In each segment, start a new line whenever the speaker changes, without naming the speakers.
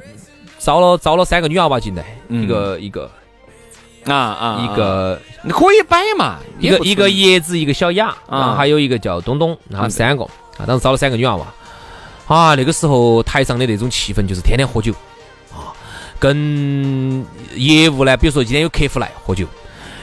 招了招了三个女娃娃进来，
嗯
一个一个
啊啊，
一个
你可以摆嘛，
一
也
个
不
一个
错
椰子，一个小雅，
啊
啊，还有一个叫东东，然后
嗯
三个啊，当时招了三个女娃娃。啊，那个时候台上的那种气氛就是天天喝酒啊，跟业务呢，比如说今天有客户来喝酒，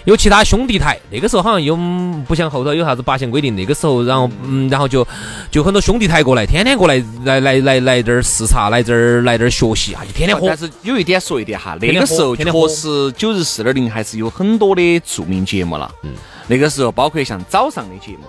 有其他兄弟台，那个时候好像有嗯不像后头有啥子八项规定，那个时候然后嗯，然后就就很多兄弟台过来，天天过来来来来来这儿视察，来这儿来这儿学习啊，就天天喝
但。哦是有一点说一点哈，那
天天
个
喝
时候
天天喝
确实九十四点零还是有很多的著名节目了。嗯，那个时候包括像早上的节目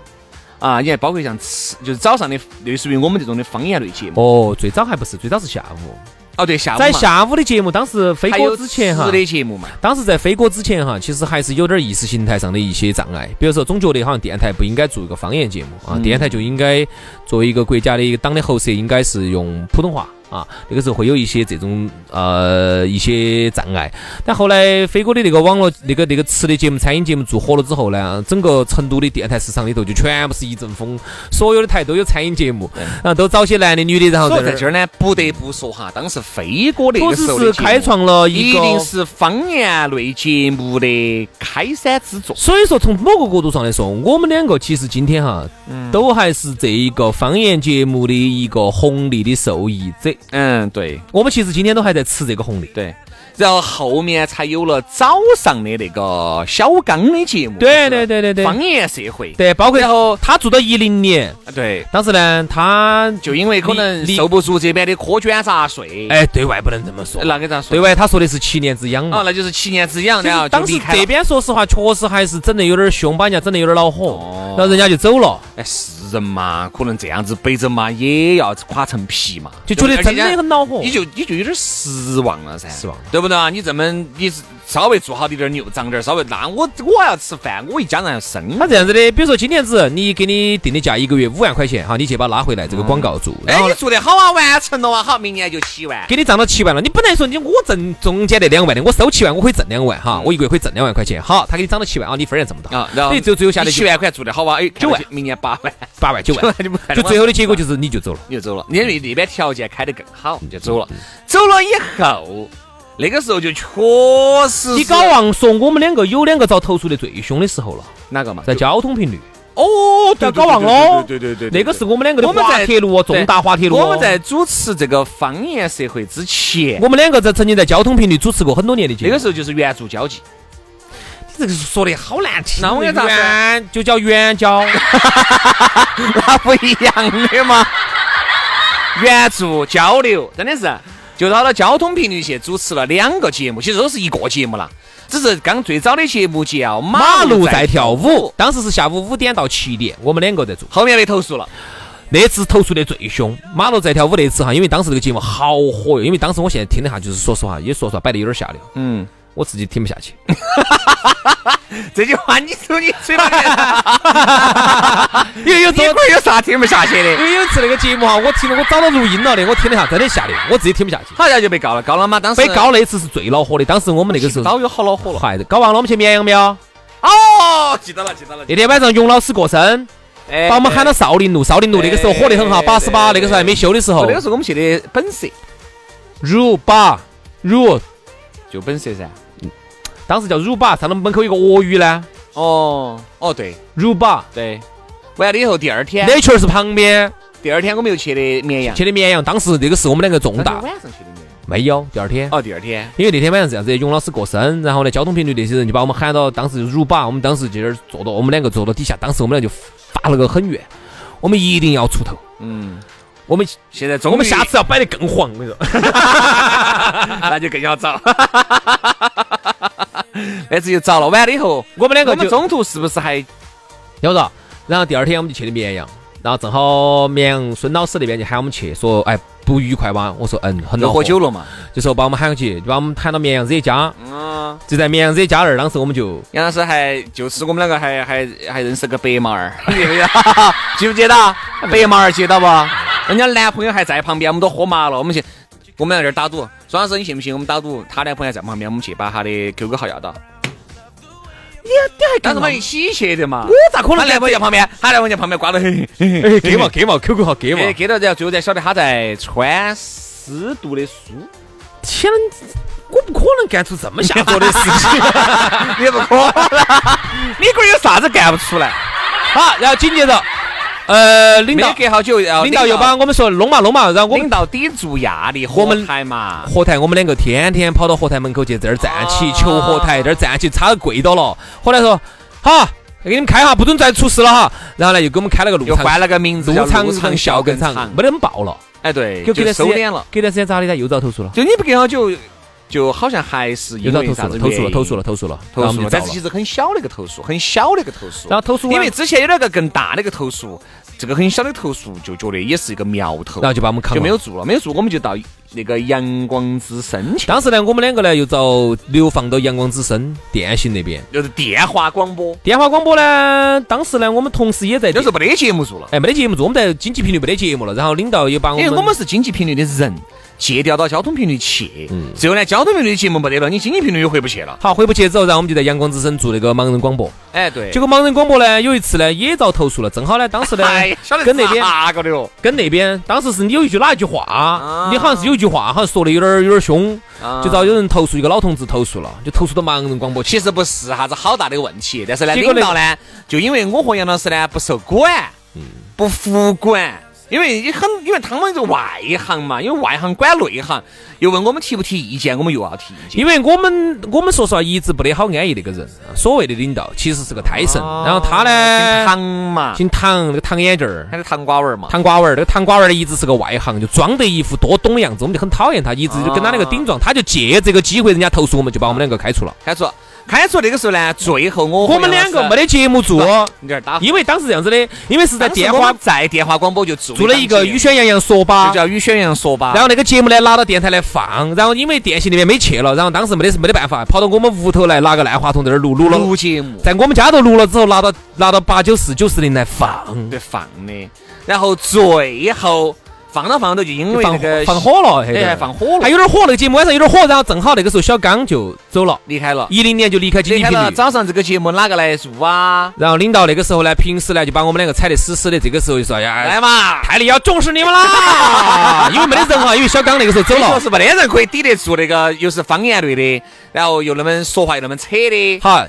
啊，你看包括像吃就是早上的类似于我们这种的方言类节目。
哦，最早还不是，最早是下午，
哦，对，下午嘛
在下午的节目，当时飞
还
哥
有
之前哈
吃，的节目嘛，
当时在飞哥之前哈，其实还是有点意识形态上的一些障碍，比如说总觉得好像电台不应该做一个方言节目啊，电台就应该作为一个国家的一个党的喉舌，应该是用普通话啊。那个时候会有一些这种呃一些障碍，但后来飞哥的那个网络那个那个吃的节目、餐饮节目做火了之后呢，整个成都的电台市场里头就全部是一阵风，所有的台都有餐饮节目，然后都找些男的女的，然后
所
在
以
那
在这
儿。
儿呢，不得不说哈，当时飞哥那
哦确
个
实
时候
是
的节目
开创了一
一
个
定是方言类节目的开山之作。
所以说，从某个角度上来说，我们两个其实今天哈，
嗯
都还是这一个方言节目的一个红利的受益者。
嗯，对
我们其实今天都还在吃这个红利。
对。然后后面才有了早上的那个小刚的节目，
对
是吧
对对对对
方言社会，
对，包括
然后
他做到一零年，
对，
当时呢，他
就因为可能
离离
受不住这边的苛捐杂税，
哎，对外不能这么说，
那给咱说
对，外他说的是七年之痒嘛
哦，。那就是七年之痒，
就
然后
是
就
当
离
时
开了
这边说实话，确实还是整得有点凶，把人家整得有点恼
哦
火，然后人家就走了，
哎，是人嘛，可能这样子背着嘛，也要垮成皮嘛，
就觉得
对不对
真的很恼火
而且这样你就你就有点失望了噻，
失望了
对不对啊？你这么你稍微做好点点牛，长点儿，稍微那我我要吃饭，我一家人要生
他。这样子的，比如说今年子你给你定的价一个月五万块钱，哈，你去把它拉回来这个广告做，然
哎，
后
你做得好啊，完成了啊，好，明年就七万。
给你涨到七万了。你本来说你我挣中间那两万的，我收七万，我可以挣两万哈，我一个月可以挣两万块钱。好，他给你涨到七万啊，你分儿也挣不到
嗯啊，然后
你最最后下来
你
就
七万块做得好啊，哎，
九万
看到明年八万，
八万九万，
就不看
就
了
最后的结果就是你就 走了。
你就走了。因为那边条件开得更好，你就走了。走了以后，那个时候就确实是
你搞忘说我们两个有两个遭投诉的最凶的时候了，
哪个嘛？
在交通频率，
哦，
不要
对
搞忘了，
对对对对对对对
那个是我们两个的
我们
滑
在
铁卢哦，重大滑铁卢哦。
我们在主持这个方言社会之前，
我们两个在曾经在交通频率主持过很多年的节目。
那个时候就是援助交际。
这个说的好难听
那我也咋说
原就叫援 交，
那不一样的嘛。援助交流真的是，就到了交通频率去主持了两个节目，其实都是一个节目啦，只是刚最早的节目叫《
马路在
在
跳舞
舞》，，
当时是下午五点到七点，我们两个在做。
后面被投诉了。
那次投诉的最凶，马路在跳舞那次哈，因为当时这个节目好火哟，因为当时我现在听了哈，就是说实话，也说实话摆的有点下流，
嗯，
我自己听不下去。
这句话你说你 吹到脸上，
因为有
你龟儿有啥听不下去的
因？为有一次那个节目哈，我听了我找到录音了的，我听了一下，真的下流，我自己听不下去。
好像就被告了，告了嘛？当时
被告那次是最恼火的，当时我们那个时候
导游好恼火了。
嗨，搞忘了我们去绵阳没有？
哦，记得了，记得了。
那天晚上容老师过生，
哎
把我们喊到少林路，少林路那个时候火得很哈，
对
八十八那
对
个时候还没修的时候
哎哦那，个时候我们去的本色，
乳坝乳，
就本色噻。
当时叫乳坝，上头门口有个俄语呢，
哦哦，对
乳坝
对。完了以后，第二天，
，nature 是旁边，
第二天我们又去的绵阳，
去的绵阳，当时那个是我们两个重
当
大
天，晚上去的绵阳。
没有第二天。
哦，第二天，
因为那天晚上这样子，容老师过生，然后呢，交通频率那些人就把我们喊到，当时就乳坝，我们当时就在那儿坐到，我们两个坐到底下，当时我们俩就发了个狠愿，我们一定要出头，
嗯，
我们
现在终于
我们下次要摆得更黄，我跟你说。
那就更要找， 那次就找了。完了以后，
我们两个
我
就
们中途是不是还
晓得不？然后第二天我们就去的绵阳，然后正好绵阳孙老师那边就喊我们去，说哎不愉快吧？我说嗯，很恼火，
又喝酒了嘛？
就说把我们喊过去，就把我们喊到绵阳惹家，
嗯，
就在绵阳惹家那儿，当时我们就
杨老师还就是我们两个还还还认识个白毛 儿，记不记得？白毛儿记得不？人家男朋友还在旁边，我们都喝麻了，我们去。我们在这儿打赌，孙老师你信不信？我们打赌，她男朋友还在旁边，我们去把她的 QQ 号要到。你还当时我们一起去的嘛？我咋可能？她男朋友在旁边，她男朋友在旁边 挂到，嘿嘿嘿
哎 给嘛给嘛，QQ 号给嘛。
哎，给到然后最后才晓得他在川师读的书，
天哪，我不可能干出这么下作的事情。
也不可能， 你龟儿有啥子干不出来？
好，然后紧接着，呃，领
没
导
有隔好久，然后
领导又把我们说弄嘛弄嘛，然后我
领
们。
导抵住压力，
我们
和台嘛，
后台，我们两个天天跑到后台门口去，在这儿站起求后台，在这儿站起，差点跪到了。后来说好，给你们开哈，不准再出事了哈。然后呢，又给我们开了个
又
路
换
场，
了个名字，
路
叫
场
路场
小
小
更
更
场
场，，
没得人报了，
哎对，
就
就
给段时
收敛
间
了。
隔段时间咋的呢？又遭投诉了，
就你不隔好久，就好像还是
又
因
遭
为
投诉
啥子
了，投诉
原
了，
因
投诉了，，投诉了，然后
投
我
诉
们就。
了
遭
但是
了
其。实很小的一个投诉，很小的一个投
然
诉。
后啊投诉完
因为之前有那个更大的一个投诉，这个很小的投诉就觉得也是一个苗头，
然后就把我们扛
就
了
没有做了，没有做，我们就到那个阳光之声去，
当时呢，我们两个呢又遭流放到阳光之声电信那哎边。
就是电话广播，
电话广播呢，当时呢，我们同时也在
那时候没得节目做了，
哎，没得节目做，我们在经济频率没得节目了，然后领导又把我
因为
们
哎我们是经济频率的人，借调到交通频率去，最后呢，交通频率的节目没得了，你经济频率又回不去了，
好回不去之后，然后我们就在阳光之声做那个盲人广播。
哎，对
结果盲人广播呢，有一次呢也遭投诉了，正好呢，当时呢
哎，晓得
跟那边
哪个的哟？
跟那边，当时是你有一句哪一句
啊
话，啊你好像是有一句话，好像说的有点儿有点儿凶，就遭有人投诉，一个老同志投诉了，就投诉到盲人广播去。
其实不是啥子好大的问题，但是呢，
结果
领
呢
嗯导呢，就因为我和杨老师呢不受管，不服管，因为也很，因为他们是外行嘛，因为外行管内行，又问我们提不提意见，我们又要提意见。
因为我们我们说实话一直不得好安逸那个人，啊所谓的领导其实是个胎神，
哦
然后他
姓
呢
唐嘛，
姓唐，那个唐眼镜儿。
他是糖瓜娃儿嘛。
唐瓜娃儿，这个唐瓜娃儿呢一直是个外行，就装得一副多懂的样子，我们就很讨厌他，一直就跟他那个
啊
顶撞，他就借这个机会，人家投诉我们，就把我们两个开除了。
开除，开除那个时候呢，最后我
我们两个没
得
得节目做，
有点打，
因为当时这样子的，因为是在
啊当时
电
我
话
们在电话广播就做
做了一个
档
雨
节
轩洋洋说吧
啊目就，叫啊雨轩阳说吧，
然后那个节目呢拿到电台来放，然后因为电信那边没去了，然后当时没得没得办法，跑到我们屋头来拿个烂话筒在这儿录录了，
录节目
在我们家头录了之后拿到拿到八九十九十零来放，
对放的，然后最后放到放到就因为那
放
个
放火了，那
哎，
个
还放火
还
了，
有点火，那个节目晚上有点火，然后正好那个时候小刚就走了，
离开了，
一零年就离开经
离
济
开
频
了。
率。
早上这个节目哪个来录啊？
然后领导那个时候呢，平时呢就把我们两个踩得死死的，这个时候就说
来
呀，
嘛，
台里要重视你们 啦，因为没得人啊哈，因为小刚那个时候走
确
了。
实没得人可以抵得住那个又是方言类的，然后又那么说话又那么扯的，
好，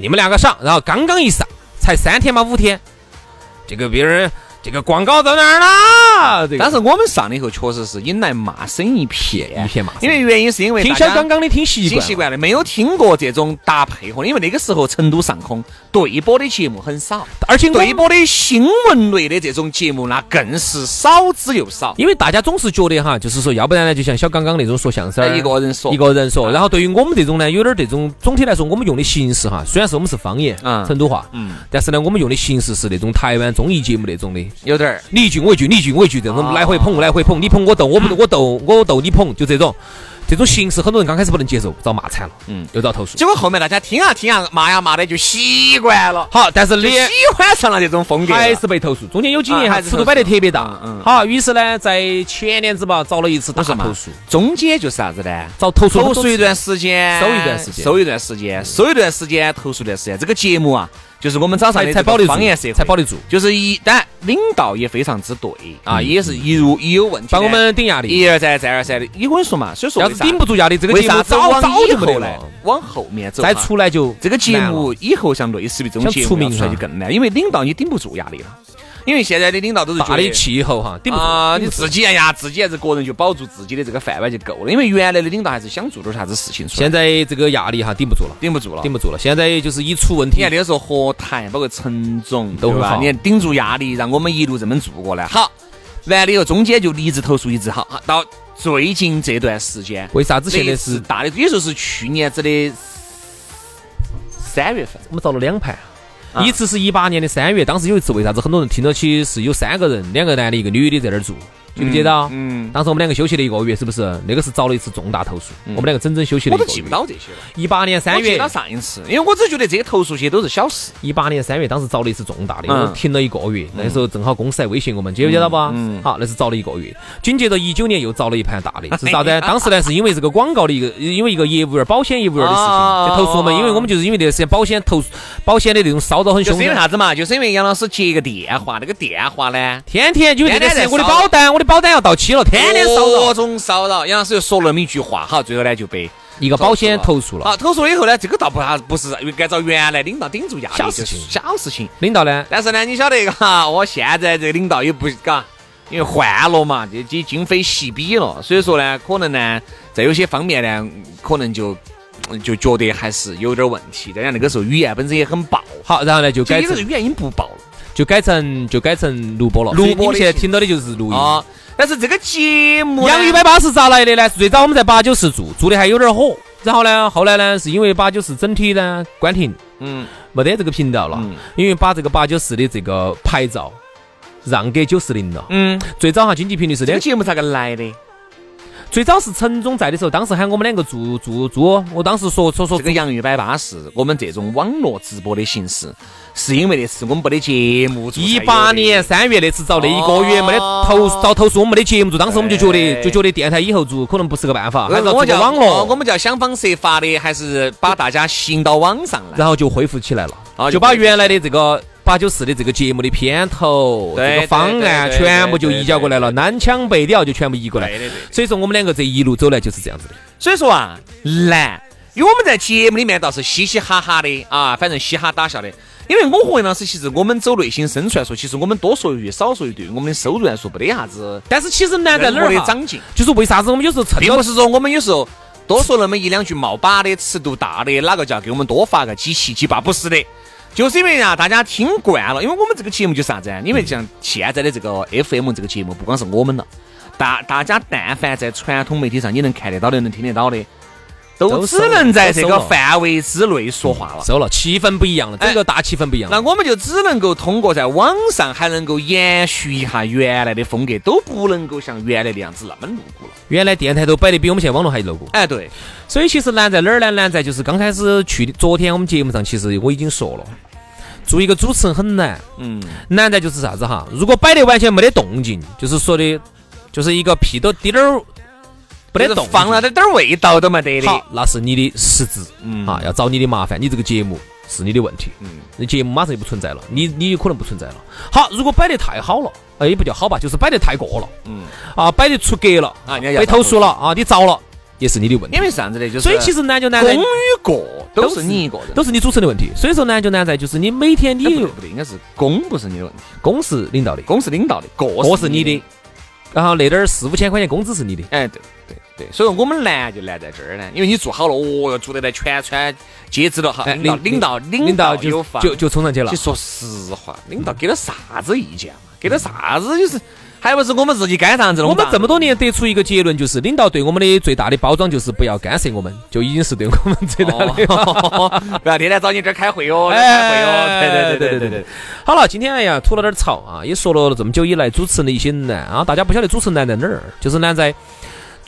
你们两个上，然后刚刚一上，才三天嘛，五天，这个别人这个广告到哪儿了？这个
当时我们上了以后，确实是引来骂声一片，
一片骂声
因为原因是因为
听
大家
小刚刚的听习
听
惯
习
了，
惯了，没有听过这种搭配合的，因为那个时候成都上空对播的节目很少，
而且我
对播的新闻类的这种节目那更是少之又少。
因为大家总是觉得哈，就是说，要不然呢，就像小刚刚那种说相声儿，
哎一个人说啊
一个人说。然后对于我们这种呢，有点儿这种，总体来说，我们用的形式哈，虽然是我们是方言，
嗯
成都话，
嗯，
但是呢，我们用的形式是那种台湾综艺节目那种的，
有点儿，
你一句我一句，你一句我一句，这种
啊嗯
来回捧来回捧，你捧我逗，我不我逗我逗你捧，就这种，这种形式很多人刚开始不能接受，遭骂惨了，
嗯，
又遭投诉。
结果后面大家听啊听啊，骂呀骂的就习惯了，
好，但是
就
你
喜欢上了这种风格了。
还是被投诉，中间有几年
啊
哈
还是
尺度摆得特别大
投诉嗯，嗯
好，于是呢，在前年子吧，遭了一次大
不是嘛
投诉，
中间就是啥子呢？
遭投诉了
投
很多
诉一
次
段时间，
收一段时间
收一段时间，收一段时间，投诉一段时间。这个节目啊，就是我们早上的
才才保得
这个
住
方言社会，
才保得住
就是一，但领导也非常之对啊，也是一如一有问题的，
嗯帮我们顶压力。
一而再再而三的。你我跟你说嘛，所以说
要
为
是
啥
顶不住压力，这个
为
节目
啥子
早
往
早
以
就没得
后来
了，
往后面走啊
再出来就
这个节
难了
目以后像类似于这种
像
节目
出名
要出来
哈
就更难，因为领导你顶不住压力了，因为现在的领导都是觉
大
得
的气候哈，顶不住
啊，
顶
你
不住
自己哎呀，自己还是个人就保住自己的这个饭碗就够了，因为原来的领导还是想做点啥子事情出来，
现在这个压力哈顶不住了，
顶不住了。
顶不住了。现在就是一出问
你
题
看，那个时候何谈，包括陈总，
都
对
很
吧？
好
你看顶住压力，让我们一路这么做过来。好，完了以后，中间就离职投诉一直好，好到最近这段时间，
为啥子现在
类
是
似大的，也就是去年子的三月份，
我们遭了两盘？
啊
一次是一八年的三月，当时有一次为啥子很多人听到起是有三个人，两个男的，一个女的在那儿住，记不记得啊？
嗯，
当时我们两个休息了一个月，是不是？那个是遭了一次重大投诉，嗯我们两个整整休息了一
我
个
都记不
月。
到这些了。
一八年三
我记
月
到，上一次，因为我只觉得这些投诉些都是小事。
一八年三月，当时遭了一次重大的，
嗯
我停了一个月。那时候正好公司还威胁我们，接不接到吧？
嗯
好，那是遭了一个月。紧接着一九年又遭了一盘大的，是啥
哎
子呢？当时呢是因为这个广告的一个，因为一个业务员、保险业务员的事
哦
情，就投诉我们，因为我们就是因为那段时间保险投诉保险的那种骚扰很
就
凶
是因为
的。
啥子嘛？就是因为杨老师接一个电话，那个电话呢，
天天因为这段时间我的
天天在骚扰
保
哦
单，我的保单要到期了，天天骚
各
扰。
种骚扰。杨老师又说了那么一句话，好，最后呢就被
一个保险投诉了，
好，投诉了以后呢，这个倒不啥，不是按照原来领导顶住压力，
小事
就是
情
小事情。
领导呢
但是呢，你晓得嘎，我现在这个领导也不嘎，因为换了嘛，这这今非昔比了，所以说呢，可能呢，在有些方面呢，可能就就觉得还是有点问题。再加上那个时候语言本身也很爆，
好，然后呢就
就
改
有的
成
语言已经不爆了。
就改成就改成录播了，
录
所以
播
你们
类
现在
型
听到的就是录音。
啊、但是这个节目呢
洋芋摆巴士咋来的呢？最早我们在八九市做，做的还有点火。然后呢，后来呢，是因为八九市整体呢关停，
嗯，
没得这个频道了，
嗯
因为把这个八九市的这个牌照让给九四零了。
嗯，
最早哈经济频率是
这
两
个，节目咋个来的？
最早是陈总在的时候，当时喊我们两个做做做，哦我当时说说说
这个洋芋摆巴士，我们这种网络直播的形式，是因为那次我们没得节目做才
一
有的。哦
八年三月那次遭那一个月没得投遭投诉，我们没得节目做，当时我们就觉得
对
就觉得电台以后做可能不是个办法，还是
我
要
们
做个
我叫
网
哦我
络，
们叫想方设法的，还是把大家吸引到网上来。
然后就恢复起来了，
啊
就
就
把
恢复
原来的这个。八九四的这个节目的片头、
对
这个方案
对对对
全部就移交过来了，
对
南腔北调就全部移过来。所以说我们两个这一路走来就是这样子的。
所以说啊，难，因为我们在节目里面倒是嘻嘻哈哈的啊，反正嘻哈打笑的。因为我和杨老师，其实我们走内心深处来说，其实我们多说一句少说一句，我们的收入来说没得啥子，
但是其实难哎在哪儿
任何
哈
的长进
就是为啥子我们有时候蹭
并
到
不是说我们有时候多说那么一两句冒把的、尺度大的，哪个叫给我们多发个几期几八，不是的。就是因为啊，大家听惯了，因为我们这个节目就是啥子啊？因为像现在的这个 FM 这个节目，不光是我们了，大大家但凡在传统媒体上你能看得到的、能听得到的，都
都
只
收了
能在这
都收
个
了
范围之内说话了。
收了，气氛不一样了，整个大气氛不一样了
哎那。我们就只能够通过在网上还能够延续一下原来的风格，都不能够像原来的样子那么露骨了。
原来电台都摆得比我们现在网络还 low
哎，对，
所以其实难在哪儿呢？难在就是刚开始去的，昨天我们节目上其实我已经说了，做一个主持人很难，
嗯，
难在就是啥子哈？如果摆得完全没得动静，就是说的，就是一个屁都滴点儿不
没
得
得动，
动静，
放了点点儿味道都没得的。
好，那是你的失职，
嗯
啊，要找你的麻烦，你这个节目是你的问题，
嗯，
那节目马上就不存在了，你你有可能不存在了。好，如果摆得太好了，哎，也不叫好吧，就是摆得太过了，
嗯，
啊，摆得出格了，
啊人家叫
被投诉了啊，你遭了，也是你的问题
因。为是啥子呢？就是
所以其实呢，就难
功
在
与过都是你一个人，
都是你主持人的问题。所以说呢，就难在就是你每天
哎不
你
对不对，应该是功不是你的问题，
公是领导的，
功是领导的，过
我是你的。，然后那点儿四五千块钱工资是你的，
哎，对对对，所以我们难就难在这儿呢，因为你做好了，哦哟，做得来全川皆知了哈。
哎
领导领导
领
导
导
有
就
方
就就冲上去了
其实。说实话，领导给了啥子意见嘛？给了啥子就是，还不是我们自己该啥子弄
我们
啥
这么多年得出一个结论，就是领导对我们的最大的包装就是不要干涉我们，就已经是对我们最大的。
哦，不要天天找你这儿开会哦，这儿开会
哎
哦，对对对对对对，
好了，今天哎呀吐了点槽啊，也说了这么久以来主持人的一些难啊，大家不晓得主持人难在哪儿，就是难在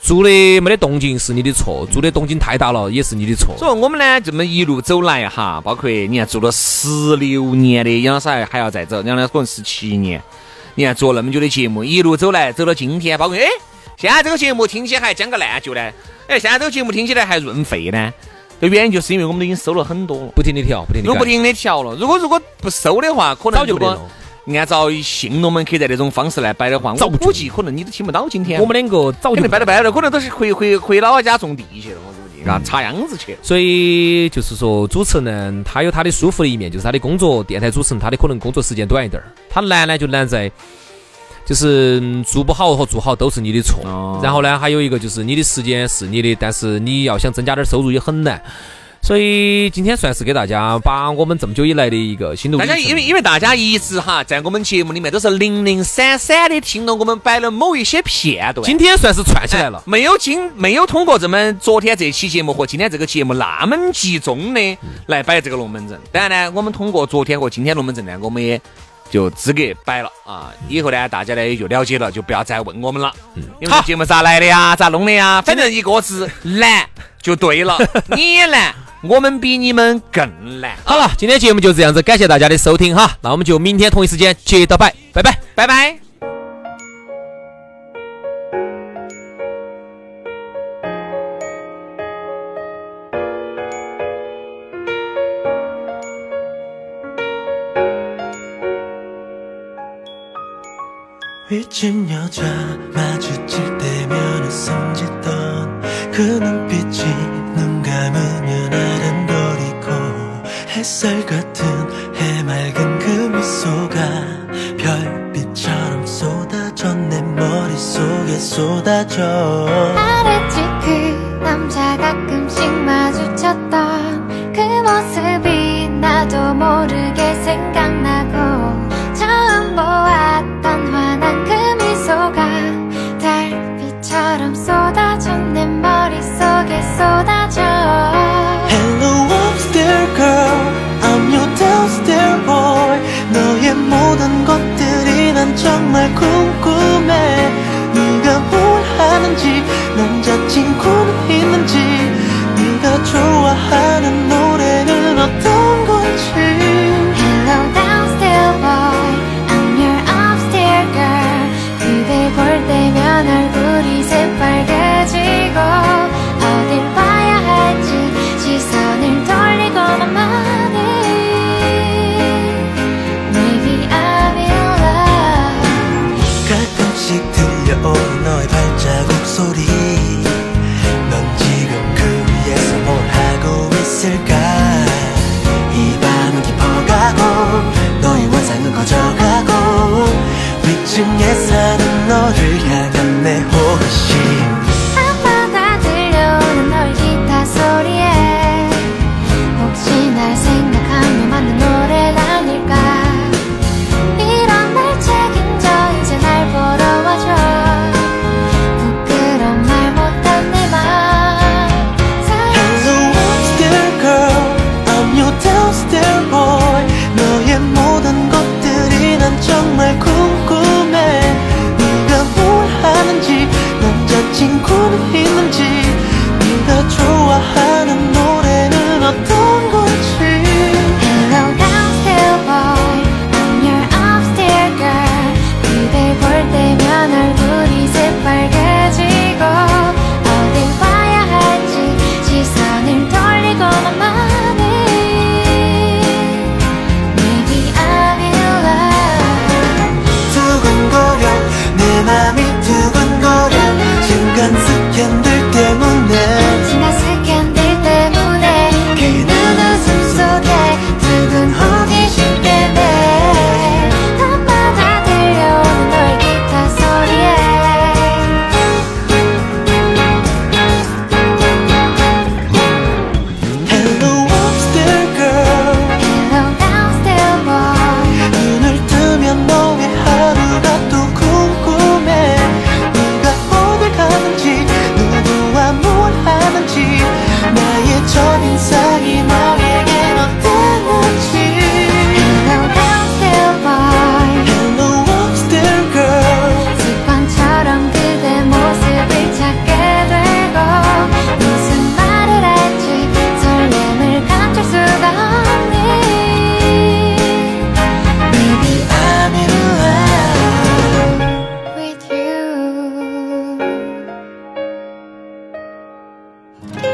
做的没得动静是你的错，做的动静太大了也是你的错。
所以我们呢，这么一路走来哈，包括你看做了十六年的杨老师还还要再走，杨老师可能十七年，你看做那么久的节目，一路走来走到今天，包括哎，现在这个节目听起来还将个烂旧呢，哎，现在这个节目听起来还润肺呢，这原因就是因为我们都已经收了很多了。
不停的调，不停
如
的
果不停的调了，如果如果不收的话，可能
早就
如
不得
果
了。
按照新龙门客栈那种方式来摆的话，
早
我
就
估计可能你都听不到今天。
我们两个早
肯
就
定摆都摆了，可能都是回回回老家种地去了，我估计，嘎，插秧子去了。
所以就是说，主持人他有他的舒服的一面，就是他的工作，电台主持人他的可能工作时间短一点儿。他难呢就难在，就是嗯做不好和做好都是你的错。
哦
然后呢，还有一个就是你的时间是你的，但是你要想增加点收入也很难。所以今天算是给大家把我们这么久以来的一个心路
大
历
家
程，
因为因为大家一直哈在我们节目里面都是零零散散的听到我们摆了某一些片段，
今天算是串起来了。
没有经没有通过这么昨天这期节目和今天这个节目那么集中的来摆这个龙门阵。当然呢，我们通过昨天和今天龙门阵呢，我们也就资格摆了啊。以后呢，大家呢也就了解了，就不要再问我们了。因为这节目咋来的呀，咋弄的呀，反正一个字难就对了。你也难，我们比你们更啊难。
好了，今天节目就这样子，感谢大家的收听哈。那我们就明天同一时间接着摆，拜拜。
拜拜。
미친 여자 마주칠 때면 웃음짓던 그 눈빛이 눈 감으면 아른거리고 햇살 같은 해맑은 그 미소가 별빛처럼 쏟아져 내 머릿속에 쏟아져
아랫집 그 남자 가끔씩 마주쳤던 그 모습이 나도 모르게 생각나고 처음 보았던 환한 그 미소가 달빛처럼 쏟아져 내 머릿속에 쏟아져
Hello upstairs girl I'm your downstairs boy 너의 모든 것들이 난 정말 궁금해 네가 뭘 하는지 난그
해